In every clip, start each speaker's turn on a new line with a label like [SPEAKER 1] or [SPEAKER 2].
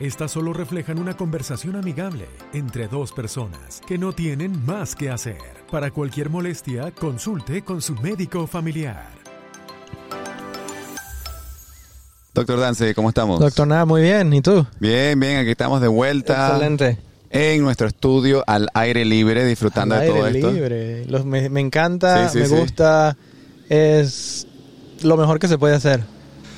[SPEAKER 1] Estas solo reflejan una conversación amigable entre dos personas que no tienen más que hacer. Para cualquier molestia, consulte con su médico familiar.
[SPEAKER 2] Doctor Dance, ¿cómo estamos?
[SPEAKER 3] Doctor Nada, muy bien. ¿Y tú?
[SPEAKER 2] Bien, bien, aquí estamos de vuelta.
[SPEAKER 3] Excelente.
[SPEAKER 2] En nuestro estudio al aire libre, disfrutando
[SPEAKER 3] Al
[SPEAKER 2] de todo
[SPEAKER 3] aire
[SPEAKER 2] esto.
[SPEAKER 3] libre. Los- me, me encanta,
[SPEAKER 2] Sí, sí,
[SPEAKER 3] me
[SPEAKER 2] sí.
[SPEAKER 3] gusta. Es lo mejor que se puede hacer.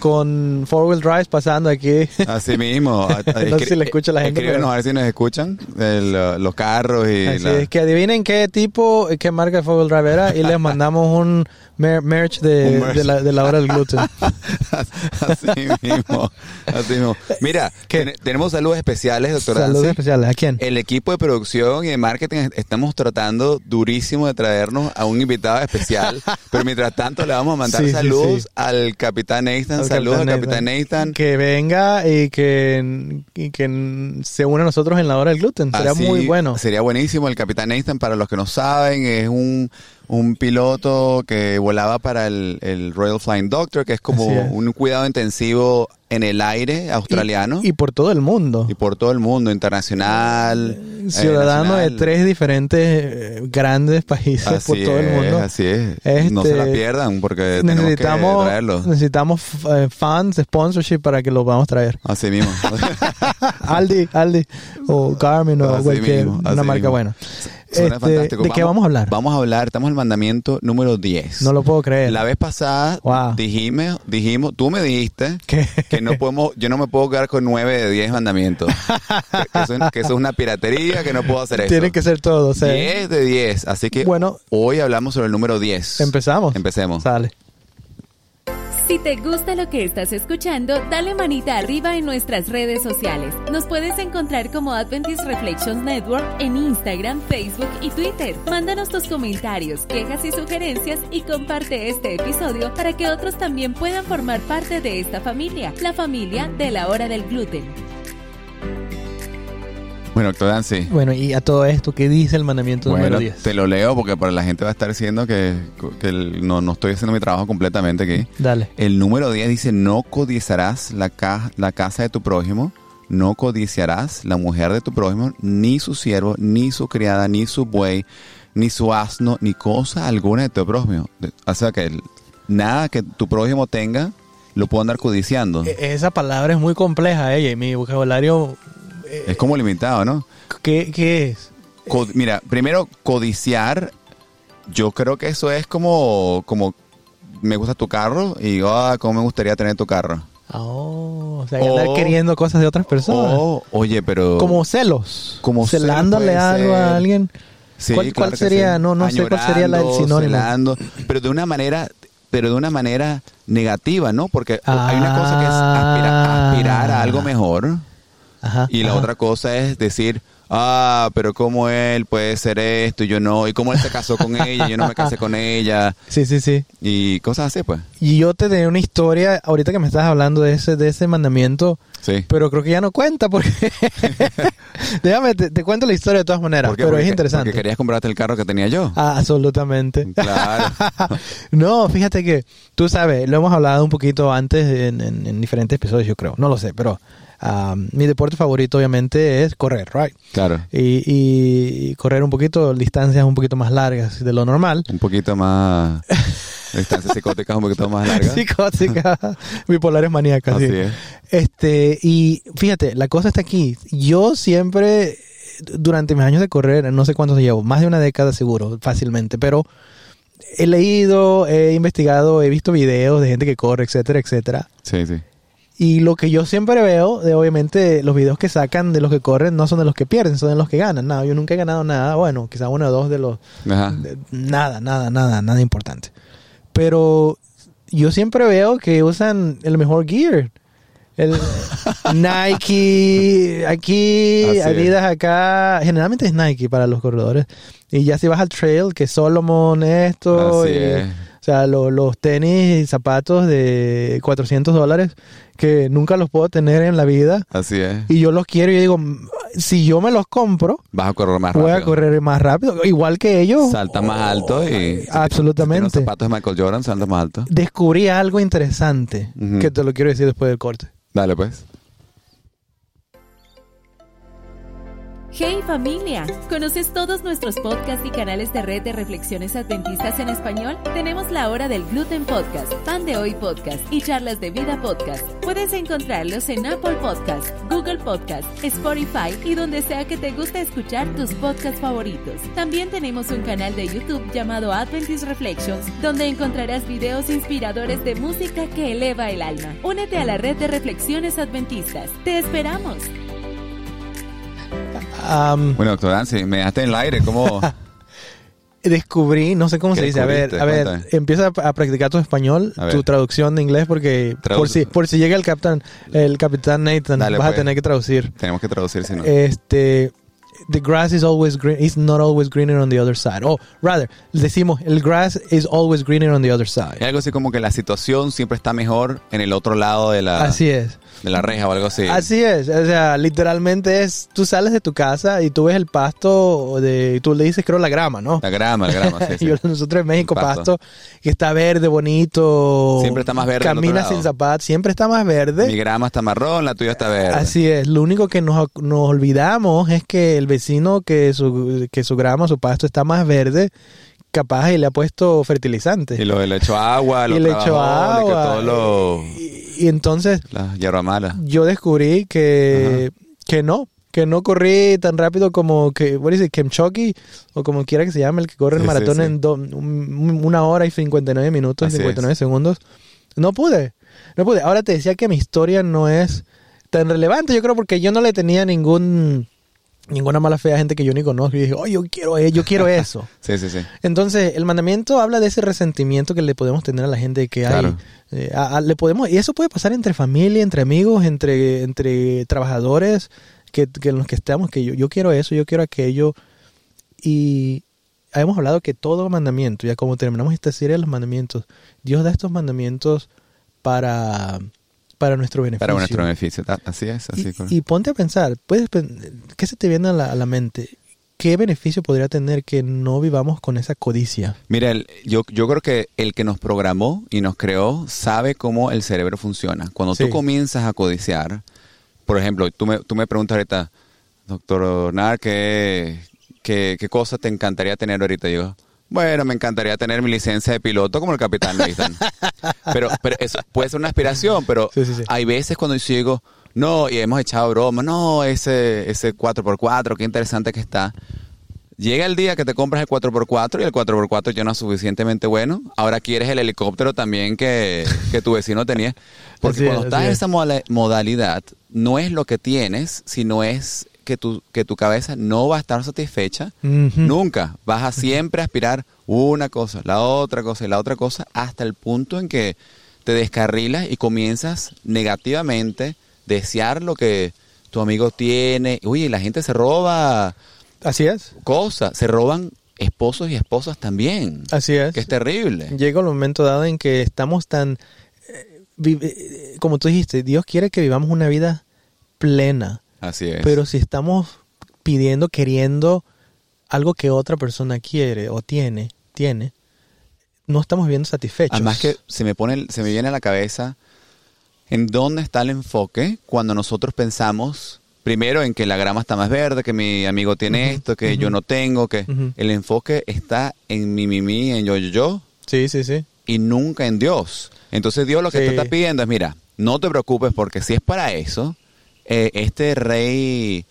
[SPEAKER 3] Con four wheel drive pasando aquí.
[SPEAKER 2] Así mismo.
[SPEAKER 3] No sé si le escucha la gente,
[SPEAKER 2] Escríbenos
[SPEAKER 3] pero-
[SPEAKER 2] a ver si nos escuchan el, uh, los carros y
[SPEAKER 3] Así
[SPEAKER 2] la-
[SPEAKER 3] es que adivinen qué tipo, qué marca de four wheel drive era y les mandamos un mer- merch de,
[SPEAKER 2] Un merch.
[SPEAKER 3] de la, de la hora del gluten.
[SPEAKER 2] Así mismo. Así mismo. Mira,
[SPEAKER 3] ¿Qué?
[SPEAKER 2] ten- tenemos saludos especiales, doctor
[SPEAKER 3] Saludos
[SPEAKER 2] Dance.
[SPEAKER 3] especiales. ¿A quién?
[SPEAKER 2] El equipo de producción y de marketing est- estamos tratando durísimo de traernos a un invitado especial, pero mientras tanto le vamos a mandar
[SPEAKER 3] Sí, sí,
[SPEAKER 2] saludos
[SPEAKER 3] sí.
[SPEAKER 2] al capitán Nathan,
[SPEAKER 3] Al
[SPEAKER 2] saludos al capitán
[SPEAKER 3] Capitán
[SPEAKER 2] Nathan,
[SPEAKER 3] Que venga y que, y que se une a nosotros en la hora del gluten. Será
[SPEAKER 2] Así
[SPEAKER 3] muy bueno.
[SPEAKER 2] Sería buenísimo. El Capitán Nathan, para los que no saben, es un, un piloto que volaba para el, el Royal Flying Doctor, que es como
[SPEAKER 3] Así es.
[SPEAKER 2] un cuidado intensivo en el aire australiano y,
[SPEAKER 3] Y, y por todo el mundo.
[SPEAKER 2] por todo el mundo, internacional. eh,
[SPEAKER 3] ciudadano de
[SPEAKER 2] nacional.
[SPEAKER 3] tres diferentes eh, grandes países
[SPEAKER 2] Así
[SPEAKER 3] por todo el
[SPEAKER 2] es,
[SPEAKER 3] mundo.
[SPEAKER 2] Así es. No
[SPEAKER 3] Este,
[SPEAKER 2] se la pierdan porque tenemos que
[SPEAKER 3] necesitamos
[SPEAKER 2] traerlo.
[SPEAKER 3] necesitamos f- eh, fans, sponsorship para que lo podamos traer.
[SPEAKER 2] Así mismo.
[SPEAKER 3] Aldi, Aldi o Garmin o
[SPEAKER 2] Así
[SPEAKER 3] cualquier
[SPEAKER 2] mismo, así
[SPEAKER 3] una marca
[SPEAKER 2] mismo.
[SPEAKER 3] buena.
[SPEAKER 2] Suena
[SPEAKER 3] Este,
[SPEAKER 2] fantástico.
[SPEAKER 3] ¿De qué vamos a hablar?
[SPEAKER 2] Vamos a hablar, estamos en el mandamiento número 10.
[SPEAKER 3] No lo puedo creer.
[SPEAKER 2] La vez pasada
[SPEAKER 3] Wow.
[SPEAKER 2] dijime- dijimos, tú me dijiste
[SPEAKER 3] ¿Qué?
[SPEAKER 2] que no podemos, yo no me puedo quedar con 9 de 10 mandamientos. que, que eso, que eso es una piratería, que no puedo hacer eso.
[SPEAKER 3] Tiene que ser todo. o sea,
[SPEAKER 2] 10 de 10. Así que
[SPEAKER 3] Bueno.
[SPEAKER 2] hoy hablamos sobre el número 10.
[SPEAKER 3] empezamos.
[SPEAKER 2] Empecemos.
[SPEAKER 3] Sale.
[SPEAKER 4] Si te gusta lo que estás escuchando, dale manita arriba en nuestras redes sociales. Nos puedes encontrar como Adventist Reflections Network en Instagram, Facebook y Twitter. Mándanos tus comentarios, quejas y sugerencias y comparte este episodio para que otros también puedan formar parte de esta familia, la familia de la hora del gluten.
[SPEAKER 2] Bueno, doctor Dancy.
[SPEAKER 3] Bueno, y a todo esto, ¿qué dice el mandamiento
[SPEAKER 2] Bueno,
[SPEAKER 3] número 10?
[SPEAKER 2] te lo leo porque para la gente va a estar diciendo que, que el- no, no estoy haciendo mi trabajo completamente aquí.
[SPEAKER 3] Dale.
[SPEAKER 2] El número 10 dice, no codiciarás la, ca- la casa de tu prójimo, no codiciarás la mujer de tu prójimo, ni su siervo, ni su criada, ni su buey, ni su asno, ni cosa alguna de tu prójimo. De- O sea que el- nada que tu prójimo tenga lo puedo andar codiciando.
[SPEAKER 3] E- Esa palabra es muy compleja, ella, y mi vocabulario, eh,
[SPEAKER 2] Es como limitado, ¿no?
[SPEAKER 3] ¿qué, qué es?
[SPEAKER 2] Co- mira, primero, codiciar, yo creo que eso es como, como me gusta tu carro y, ah, cómo me gustaría tener tu carro.
[SPEAKER 3] Oh, o sea,
[SPEAKER 2] O-
[SPEAKER 3] andar queriendo cosas de otras personas.
[SPEAKER 2] Oh, oye, pero...
[SPEAKER 3] como celos.
[SPEAKER 2] Como celos
[SPEAKER 3] celándole
[SPEAKER 2] puede
[SPEAKER 3] algo
[SPEAKER 2] ser.
[SPEAKER 3] a alguien.
[SPEAKER 2] Sí,
[SPEAKER 3] ¿Cuál- cuál
[SPEAKER 2] que
[SPEAKER 3] sería? No, no sé cuál sería la- el
[SPEAKER 2] Añorando,
[SPEAKER 3] sinónimo.
[SPEAKER 2] celando, pero de una manera, pero de una manera negativa, ¿no? Porque hay una cosa que es aspira-
[SPEAKER 3] Ah.
[SPEAKER 2] aspirar a algo mejor
[SPEAKER 3] Ajá,
[SPEAKER 2] y la
[SPEAKER 3] ajá.
[SPEAKER 2] otra cosa es decir, ah, pero cómo él puede ser esto y yo no, y cómo él se casó con ella, y yo no me casé con ella
[SPEAKER 3] Sí, sí, sí.
[SPEAKER 2] y cosas así, pues.
[SPEAKER 3] Y yo te tenía una historia, ahorita que me estás hablando de ese, de ese mandamiento,
[SPEAKER 2] Sí.
[SPEAKER 3] pero creo que ya no cuenta porque... Déjame, te, te cuento la historia de todas maneras,
[SPEAKER 2] ¿Por qué?
[SPEAKER 3] pero
[SPEAKER 2] Porque-
[SPEAKER 3] es interesante.
[SPEAKER 2] Porque querías comprarte el carro que tenía yo.
[SPEAKER 3] Ah, absolutamente.
[SPEAKER 2] Claro.
[SPEAKER 3] no, fíjate que tú sabes, lo hemos hablado un poquito antes en, en- en diferentes episodios, yo creo, no lo sé, pero ah, mi deporte favorito obviamente es correr, right?
[SPEAKER 2] Claro.
[SPEAKER 3] Y, y correr un poquito, distancias un poquito más largas de lo normal.
[SPEAKER 2] Un poquito más distancias psicóticas un poquito más largas.
[SPEAKER 3] Psicótica, bipolares maníacas.
[SPEAKER 2] Así
[SPEAKER 3] sí.
[SPEAKER 2] es.
[SPEAKER 3] Este, y fíjate, la cosa está aquí. Yo siempre, durante mis años de correr, no sé cuántos llevo, más de una década seguro, fácilmente, pero he leído, he investigado, he visto videos de gente que corre, etcétera, etcétera.
[SPEAKER 2] Sí, sí.
[SPEAKER 3] Y lo que yo siempre veo, de obviamente los videos que sacan de los que corren no son de los que pierden, son de los que ganan. No, yo nunca he ganado nada, bueno, quizás uno o dos de los,
[SPEAKER 2] Ajá.
[SPEAKER 3] de- Nada, nada, nada, nada importante. Pero yo siempre veo que usan el mejor gear. El Nike aquí,
[SPEAKER 2] Así es.
[SPEAKER 3] Adidas acá. Generalmente es Nike para los corredores. Y ya si vas al trail, que Solomon esto.
[SPEAKER 2] Así
[SPEAKER 3] y-
[SPEAKER 2] es.
[SPEAKER 3] O sea, lo- los tenis y zapatos de 400 dólares que nunca los puedo tener en la vida.
[SPEAKER 2] Así es.
[SPEAKER 3] Y yo los quiero y yo digo, "M- si yo me los compro,
[SPEAKER 2] Vas a correr más
[SPEAKER 3] voy
[SPEAKER 2] rápido.
[SPEAKER 3] a correr más rápido. Igual que ellos.
[SPEAKER 2] Salta más alto y.
[SPEAKER 3] absolutamente.
[SPEAKER 2] Los zapatos de Michael Jordan, salta más alto.
[SPEAKER 3] Descubrí algo interesante
[SPEAKER 2] Ujú.
[SPEAKER 3] que te lo quiero decir después del corte.
[SPEAKER 2] Dale, pues.
[SPEAKER 4] Hey familia, ¿conoces todos nuestros podcasts y canales de red de reflexiones adventistas en español? Tenemos la hora del gluten podcast, pan de hoy podcast y charlas de vida podcast. Puedes encontrarlos en Apple Podcast, Google Podcast, Spotify y donde sea que te guste escuchar tus podcasts favoritos. También tenemos un canal de YouTube llamado Adventist Reflections, donde encontrarás videos inspiradores de música que eleva el alma. Únete a la red de reflexiones adventistas. Te esperamos.
[SPEAKER 3] Am,
[SPEAKER 2] Bueno, doctor Nancy, me dejaste en el aire. ¿Cómo?
[SPEAKER 3] descubrí, no sé cómo
[SPEAKER 2] ¿Qué
[SPEAKER 3] se dice. A ver,
[SPEAKER 2] descubriste?
[SPEAKER 3] a ver,
[SPEAKER 2] Cuéntame.
[SPEAKER 3] empieza a, a practicar tu español,
[SPEAKER 2] A ver.
[SPEAKER 3] tu traducción de inglés, porque por
[SPEAKER 2] Traduce.
[SPEAKER 3] si, por si llega el capitán, el capitán Nathan,
[SPEAKER 2] Dale,
[SPEAKER 3] vas a
[SPEAKER 2] pues.
[SPEAKER 3] tener que traducir.
[SPEAKER 2] Tenemos que traducir, si no.
[SPEAKER 3] Este, the grass is always green, is not always greener on the other side. Oh, rather, decimos, el grass is always greener on the other
[SPEAKER 2] Es
[SPEAKER 3] side.
[SPEAKER 2] algo así como que la situación siempre está mejor en el otro lado de la,
[SPEAKER 3] Así es.
[SPEAKER 2] de la reja o algo así.
[SPEAKER 3] Así es, o sea, literalmente es, tú sales de tu casa y tú ves el pasto de, tú le dices creo la grama, ¿no?
[SPEAKER 2] La grama, la grama. sí, sí.
[SPEAKER 3] Yo- nosotros en México,
[SPEAKER 2] El
[SPEAKER 3] pasto.
[SPEAKER 2] pasto.
[SPEAKER 3] que está verde, bonito.
[SPEAKER 2] Siempre está más verde del
[SPEAKER 3] Camina
[SPEAKER 2] otro
[SPEAKER 3] sin
[SPEAKER 2] lado.
[SPEAKER 3] zapatos, siempre está más verde.
[SPEAKER 2] Mi grama está marrón, la tuya está verde.
[SPEAKER 3] Así es, lo único que nos, nos olvidamos es que el vecino que su, que su grama, su pasto está más verde, capaz y le ha puesto fertilizante.
[SPEAKER 2] Y lo, le echó agua, lo
[SPEAKER 3] Y le echó
[SPEAKER 2] trabajó, le quitó
[SPEAKER 3] agua.
[SPEAKER 2] lo-
[SPEAKER 3] Y, y entonces
[SPEAKER 2] la hierba mala.
[SPEAKER 3] yo descubrí que, que no, que no corrí tan rápido como que, what is it, Kemchoki, o como quiera que se llame, el que corre el
[SPEAKER 2] Sí, sí,
[SPEAKER 3] maratón
[SPEAKER 2] sí.
[SPEAKER 3] en do- un- una hora y 59 minutos,
[SPEAKER 2] Así
[SPEAKER 3] 59
[SPEAKER 2] es.
[SPEAKER 3] segundos. No pude, no pude. Ahora te decía que mi historia no es tan relevante, yo creo porque yo no le tenía ningún ninguna mala fe a gente que yo ni conozco y dije, oh, yo quiero, e- yo quiero eso.
[SPEAKER 2] Sí, sí, sí.
[SPEAKER 3] Entonces, el mandamiento habla de ese resentimiento que le podemos tener a la gente que
[SPEAKER 2] Claro.
[SPEAKER 3] hay. eh, a- a- le podemos, y eso puede pasar entre familia, entre amigos, entre, entre trabajadores que, que en los que estamos, que yo, yo quiero eso, yo quiero aquello. Y hemos hablado que todo mandamiento, ya como terminamos esta serie de los mandamientos, Dios da estos mandamientos para, para nuestro beneficio.
[SPEAKER 2] Para nuestro beneficio. Ta- Así es, así.
[SPEAKER 3] Y-
[SPEAKER 2] con-
[SPEAKER 3] y, ponte a pensar, puedes, pen- ¿qué se te viene a la, a la mente? ¿Qué beneficio podría tener que no vivamos con esa codicia?
[SPEAKER 2] Mira, el- yo, yo creo que el que nos programó y nos creó sabe cómo el cerebro funciona. Cuando
[SPEAKER 3] Sí.
[SPEAKER 2] tú comienzas a codiciar, por ejemplo, tú me, tú me preguntas ahorita, doctor Nar, ¿qué, qué, qué cosa te encantaría tener ahorita? Y yo, bueno, me encantaría tener mi licencia de piloto como el capitán Nathan. pero pero eso puede ser una aspiración, pero
[SPEAKER 3] Sí, sí, sí.
[SPEAKER 2] hay veces cuando yo digo, no, y hemos echado broma, no, ese, ese 4x4, qué interesante que está. Llega el día que te compras el 4x4 y el 4x4 ya no es suficientemente bueno. Ahora quieres el helicóptero también que, que tu vecino tenía. Porque
[SPEAKER 3] Así es,
[SPEAKER 2] cuando estás
[SPEAKER 3] así
[SPEAKER 2] en
[SPEAKER 3] es.
[SPEAKER 2] esa moda- modalidad, no es lo que tienes, sino es que tu, que tu cabeza no va a estar satisfecha
[SPEAKER 3] Ujú.
[SPEAKER 2] nunca. Vas a siempre aspirar una cosa, la otra cosa y la otra cosa, hasta el punto en que te descarrilas y comienzas negativamente desear lo que tu amigo tiene. Oye, la gente se roba
[SPEAKER 3] Así es,
[SPEAKER 2] cosas, se roban esposos y esposas también.
[SPEAKER 3] así es.
[SPEAKER 2] Que es terrible.
[SPEAKER 3] Llega el momento dado en que estamos tan, eh, vi- eh, como tú dijiste, Dios quiere que vivamos una vida plena,
[SPEAKER 2] Así es.
[SPEAKER 3] pero si estamos pidiendo, queriendo algo que otra persona quiere o tiene, tiene, no estamos viendo satisfechos.
[SPEAKER 2] Además que se me pone, se me viene a la cabeza en dónde está el enfoque cuando nosotros pensamos primero en que la grama está más verde, que mi amigo tiene
[SPEAKER 3] Ujú,
[SPEAKER 2] esto, que yo
[SPEAKER 3] ujú.
[SPEAKER 2] no tengo, que
[SPEAKER 3] Ujú.
[SPEAKER 2] el enfoque está en mi mi mi, en yo yo yo
[SPEAKER 3] Sí, sí, sí.
[SPEAKER 2] y nunca en Dios. Entonces Dios lo que
[SPEAKER 3] Sí.
[SPEAKER 2] te está pidiendo es, mira, no te preocupes porque si es para eso, eh, este rey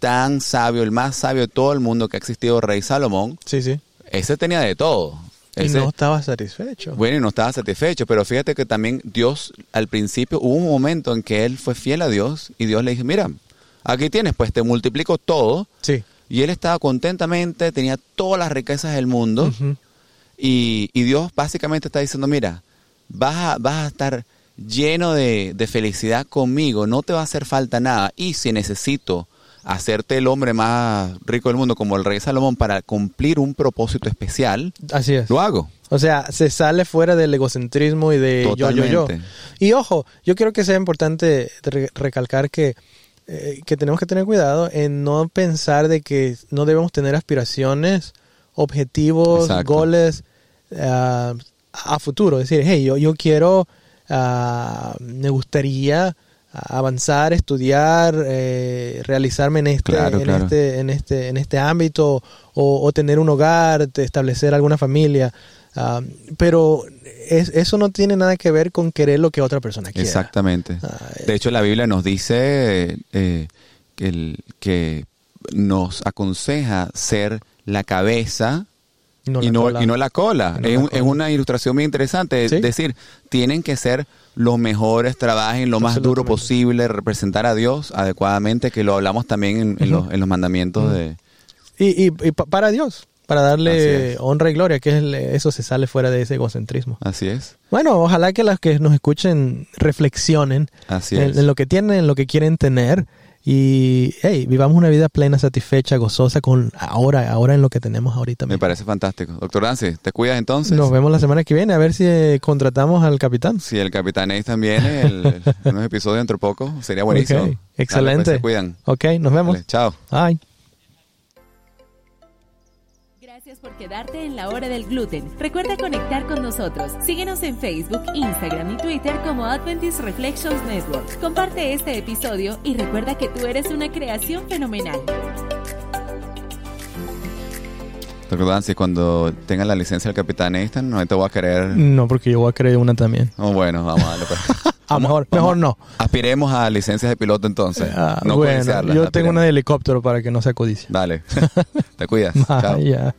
[SPEAKER 2] tan sabio, el más sabio de todo el mundo que ha existido, rey Salomón,
[SPEAKER 3] Sí, sí.
[SPEAKER 2] ese tenía de todo.
[SPEAKER 3] Y
[SPEAKER 2] Ese-
[SPEAKER 3] no estaba satisfecho.
[SPEAKER 2] bueno, y no estaba satisfecho, pero fíjate que también Dios, al principio, hubo un momento en que él fue fiel a Dios y Dios le dijo, mira, aquí tienes, pues te multiplico todo.
[SPEAKER 3] Sí.
[SPEAKER 2] Y él estaba contentamente, tenía todas las riquezas del mundo.
[SPEAKER 3] Ujú.
[SPEAKER 2] Y, y Dios básicamente está diciendo, mira, vas a, vas a estar lleno de, de felicidad conmigo, no te va a hacer falta nada. Y si necesito hacerte el hombre más rico del mundo como el rey Salomón para cumplir un propósito especial,
[SPEAKER 3] Así es.
[SPEAKER 2] lo hago.
[SPEAKER 3] O sea, se sale fuera del egocentrismo y de yo, yo, yo.
[SPEAKER 2] Totalmente.
[SPEAKER 3] Y ojo, yo creo que sea importante re- recalcar que, eh, que tenemos que tener cuidado en no pensar de que no debemos tener aspiraciones, objetivos,
[SPEAKER 2] Exacto.
[SPEAKER 3] goles ah, a futuro. Es decir, hey, yo, yo quiero, ah, me gustaría avanzar, estudiar, eh, realizarme en este,
[SPEAKER 2] Claro,
[SPEAKER 3] en
[SPEAKER 2] claro.
[SPEAKER 3] este este- en este, en este ámbito o, o tener un hogar, te- establecer alguna familia. Ah, pero es- eso no tiene nada que ver con querer lo que otra persona quiere.
[SPEAKER 2] Exactamente.
[SPEAKER 3] Ah,
[SPEAKER 2] De hecho, la Biblia nos dice eh, eh, que, el- que nos aconseja ser la cabeza y, no, y no la cola.
[SPEAKER 3] No
[SPEAKER 2] es,
[SPEAKER 3] la
[SPEAKER 2] un-
[SPEAKER 3] cola.
[SPEAKER 2] es una ilustración muy interesante. Es
[SPEAKER 3] Sí.
[SPEAKER 2] decir, tienen que ser los mejores, trabajen lo más duro
[SPEAKER 3] Absolutamente.
[SPEAKER 2] posible, representar a Dios adecuadamente, que lo hablamos también en, en los, en los mandamientos de...
[SPEAKER 3] Y, y- y pa- para Dios, para
[SPEAKER 2] Así
[SPEAKER 3] darle
[SPEAKER 2] es.
[SPEAKER 3] honra y gloria, que es el- eso se sale fuera de ese egocentrismo.
[SPEAKER 2] Así es.
[SPEAKER 3] Bueno, ojalá que las que nos escuchen reflexionen
[SPEAKER 2] Así es.
[SPEAKER 3] en, en lo que tienen, en lo que quieren tener y hey, vivamos una vida plena, satisfecha, gozosa con ahora, ahora en lo que tenemos ahorita.
[SPEAKER 2] Me
[SPEAKER 3] mismo.
[SPEAKER 2] parece fantástico. Doctor Dance, ¿te cuidas entonces?
[SPEAKER 3] Nos vemos la semana que viene a ver si eh, contratamos al capitán.
[SPEAKER 2] Si el Capitán Ace también, el, el- unos episodios dentro de poco, sería buenísimo.
[SPEAKER 3] Ok,
[SPEAKER 2] Dale, pues,
[SPEAKER 3] Excelente.
[SPEAKER 2] se cuidan.
[SPEAKER 3] Ok, nos vemos.
[SPEAKER 2] Dale, chao.
[SPEAKER 3] Bye.
[SPEAKER 4] Gracias por quedarte en la hora del gluten. Recuerda conectar con nosotros. Síguenos en Facebook, Instagram y Twitter como Adventist Reflections Network. Comparte este episodio y recuerda que tú eres una creación fenomenal.
[SPEAKER 2] Doctor Dance, cuando tengan la licencia del Capitán Ace, no te voy a querer...
[SPEAKER 3] No, porque yo voy a creer una también.
[SPEAKER 2] Oh, bueno, vamos a darle pues.
[SPEAKER 3] Ah, mejor, mejor no.
[SPEAKER 2] Aspiremos a licencias de piloto entonces.
[SPEAKER 3] Ah,
[SPEAKER 2] no
[SPEAKER 3] bueno,
[SPEAKER 2] codiciarlas,
[SPEAKER 3] yo
[SPEAKER 2] aspiremos.
[SPEAKER 3] tengo una de helicóptero para que no sea codicia.
[SPEAKER 2] Dale. Te cuidas. Chao.
[SPEAKER 3] Vaya.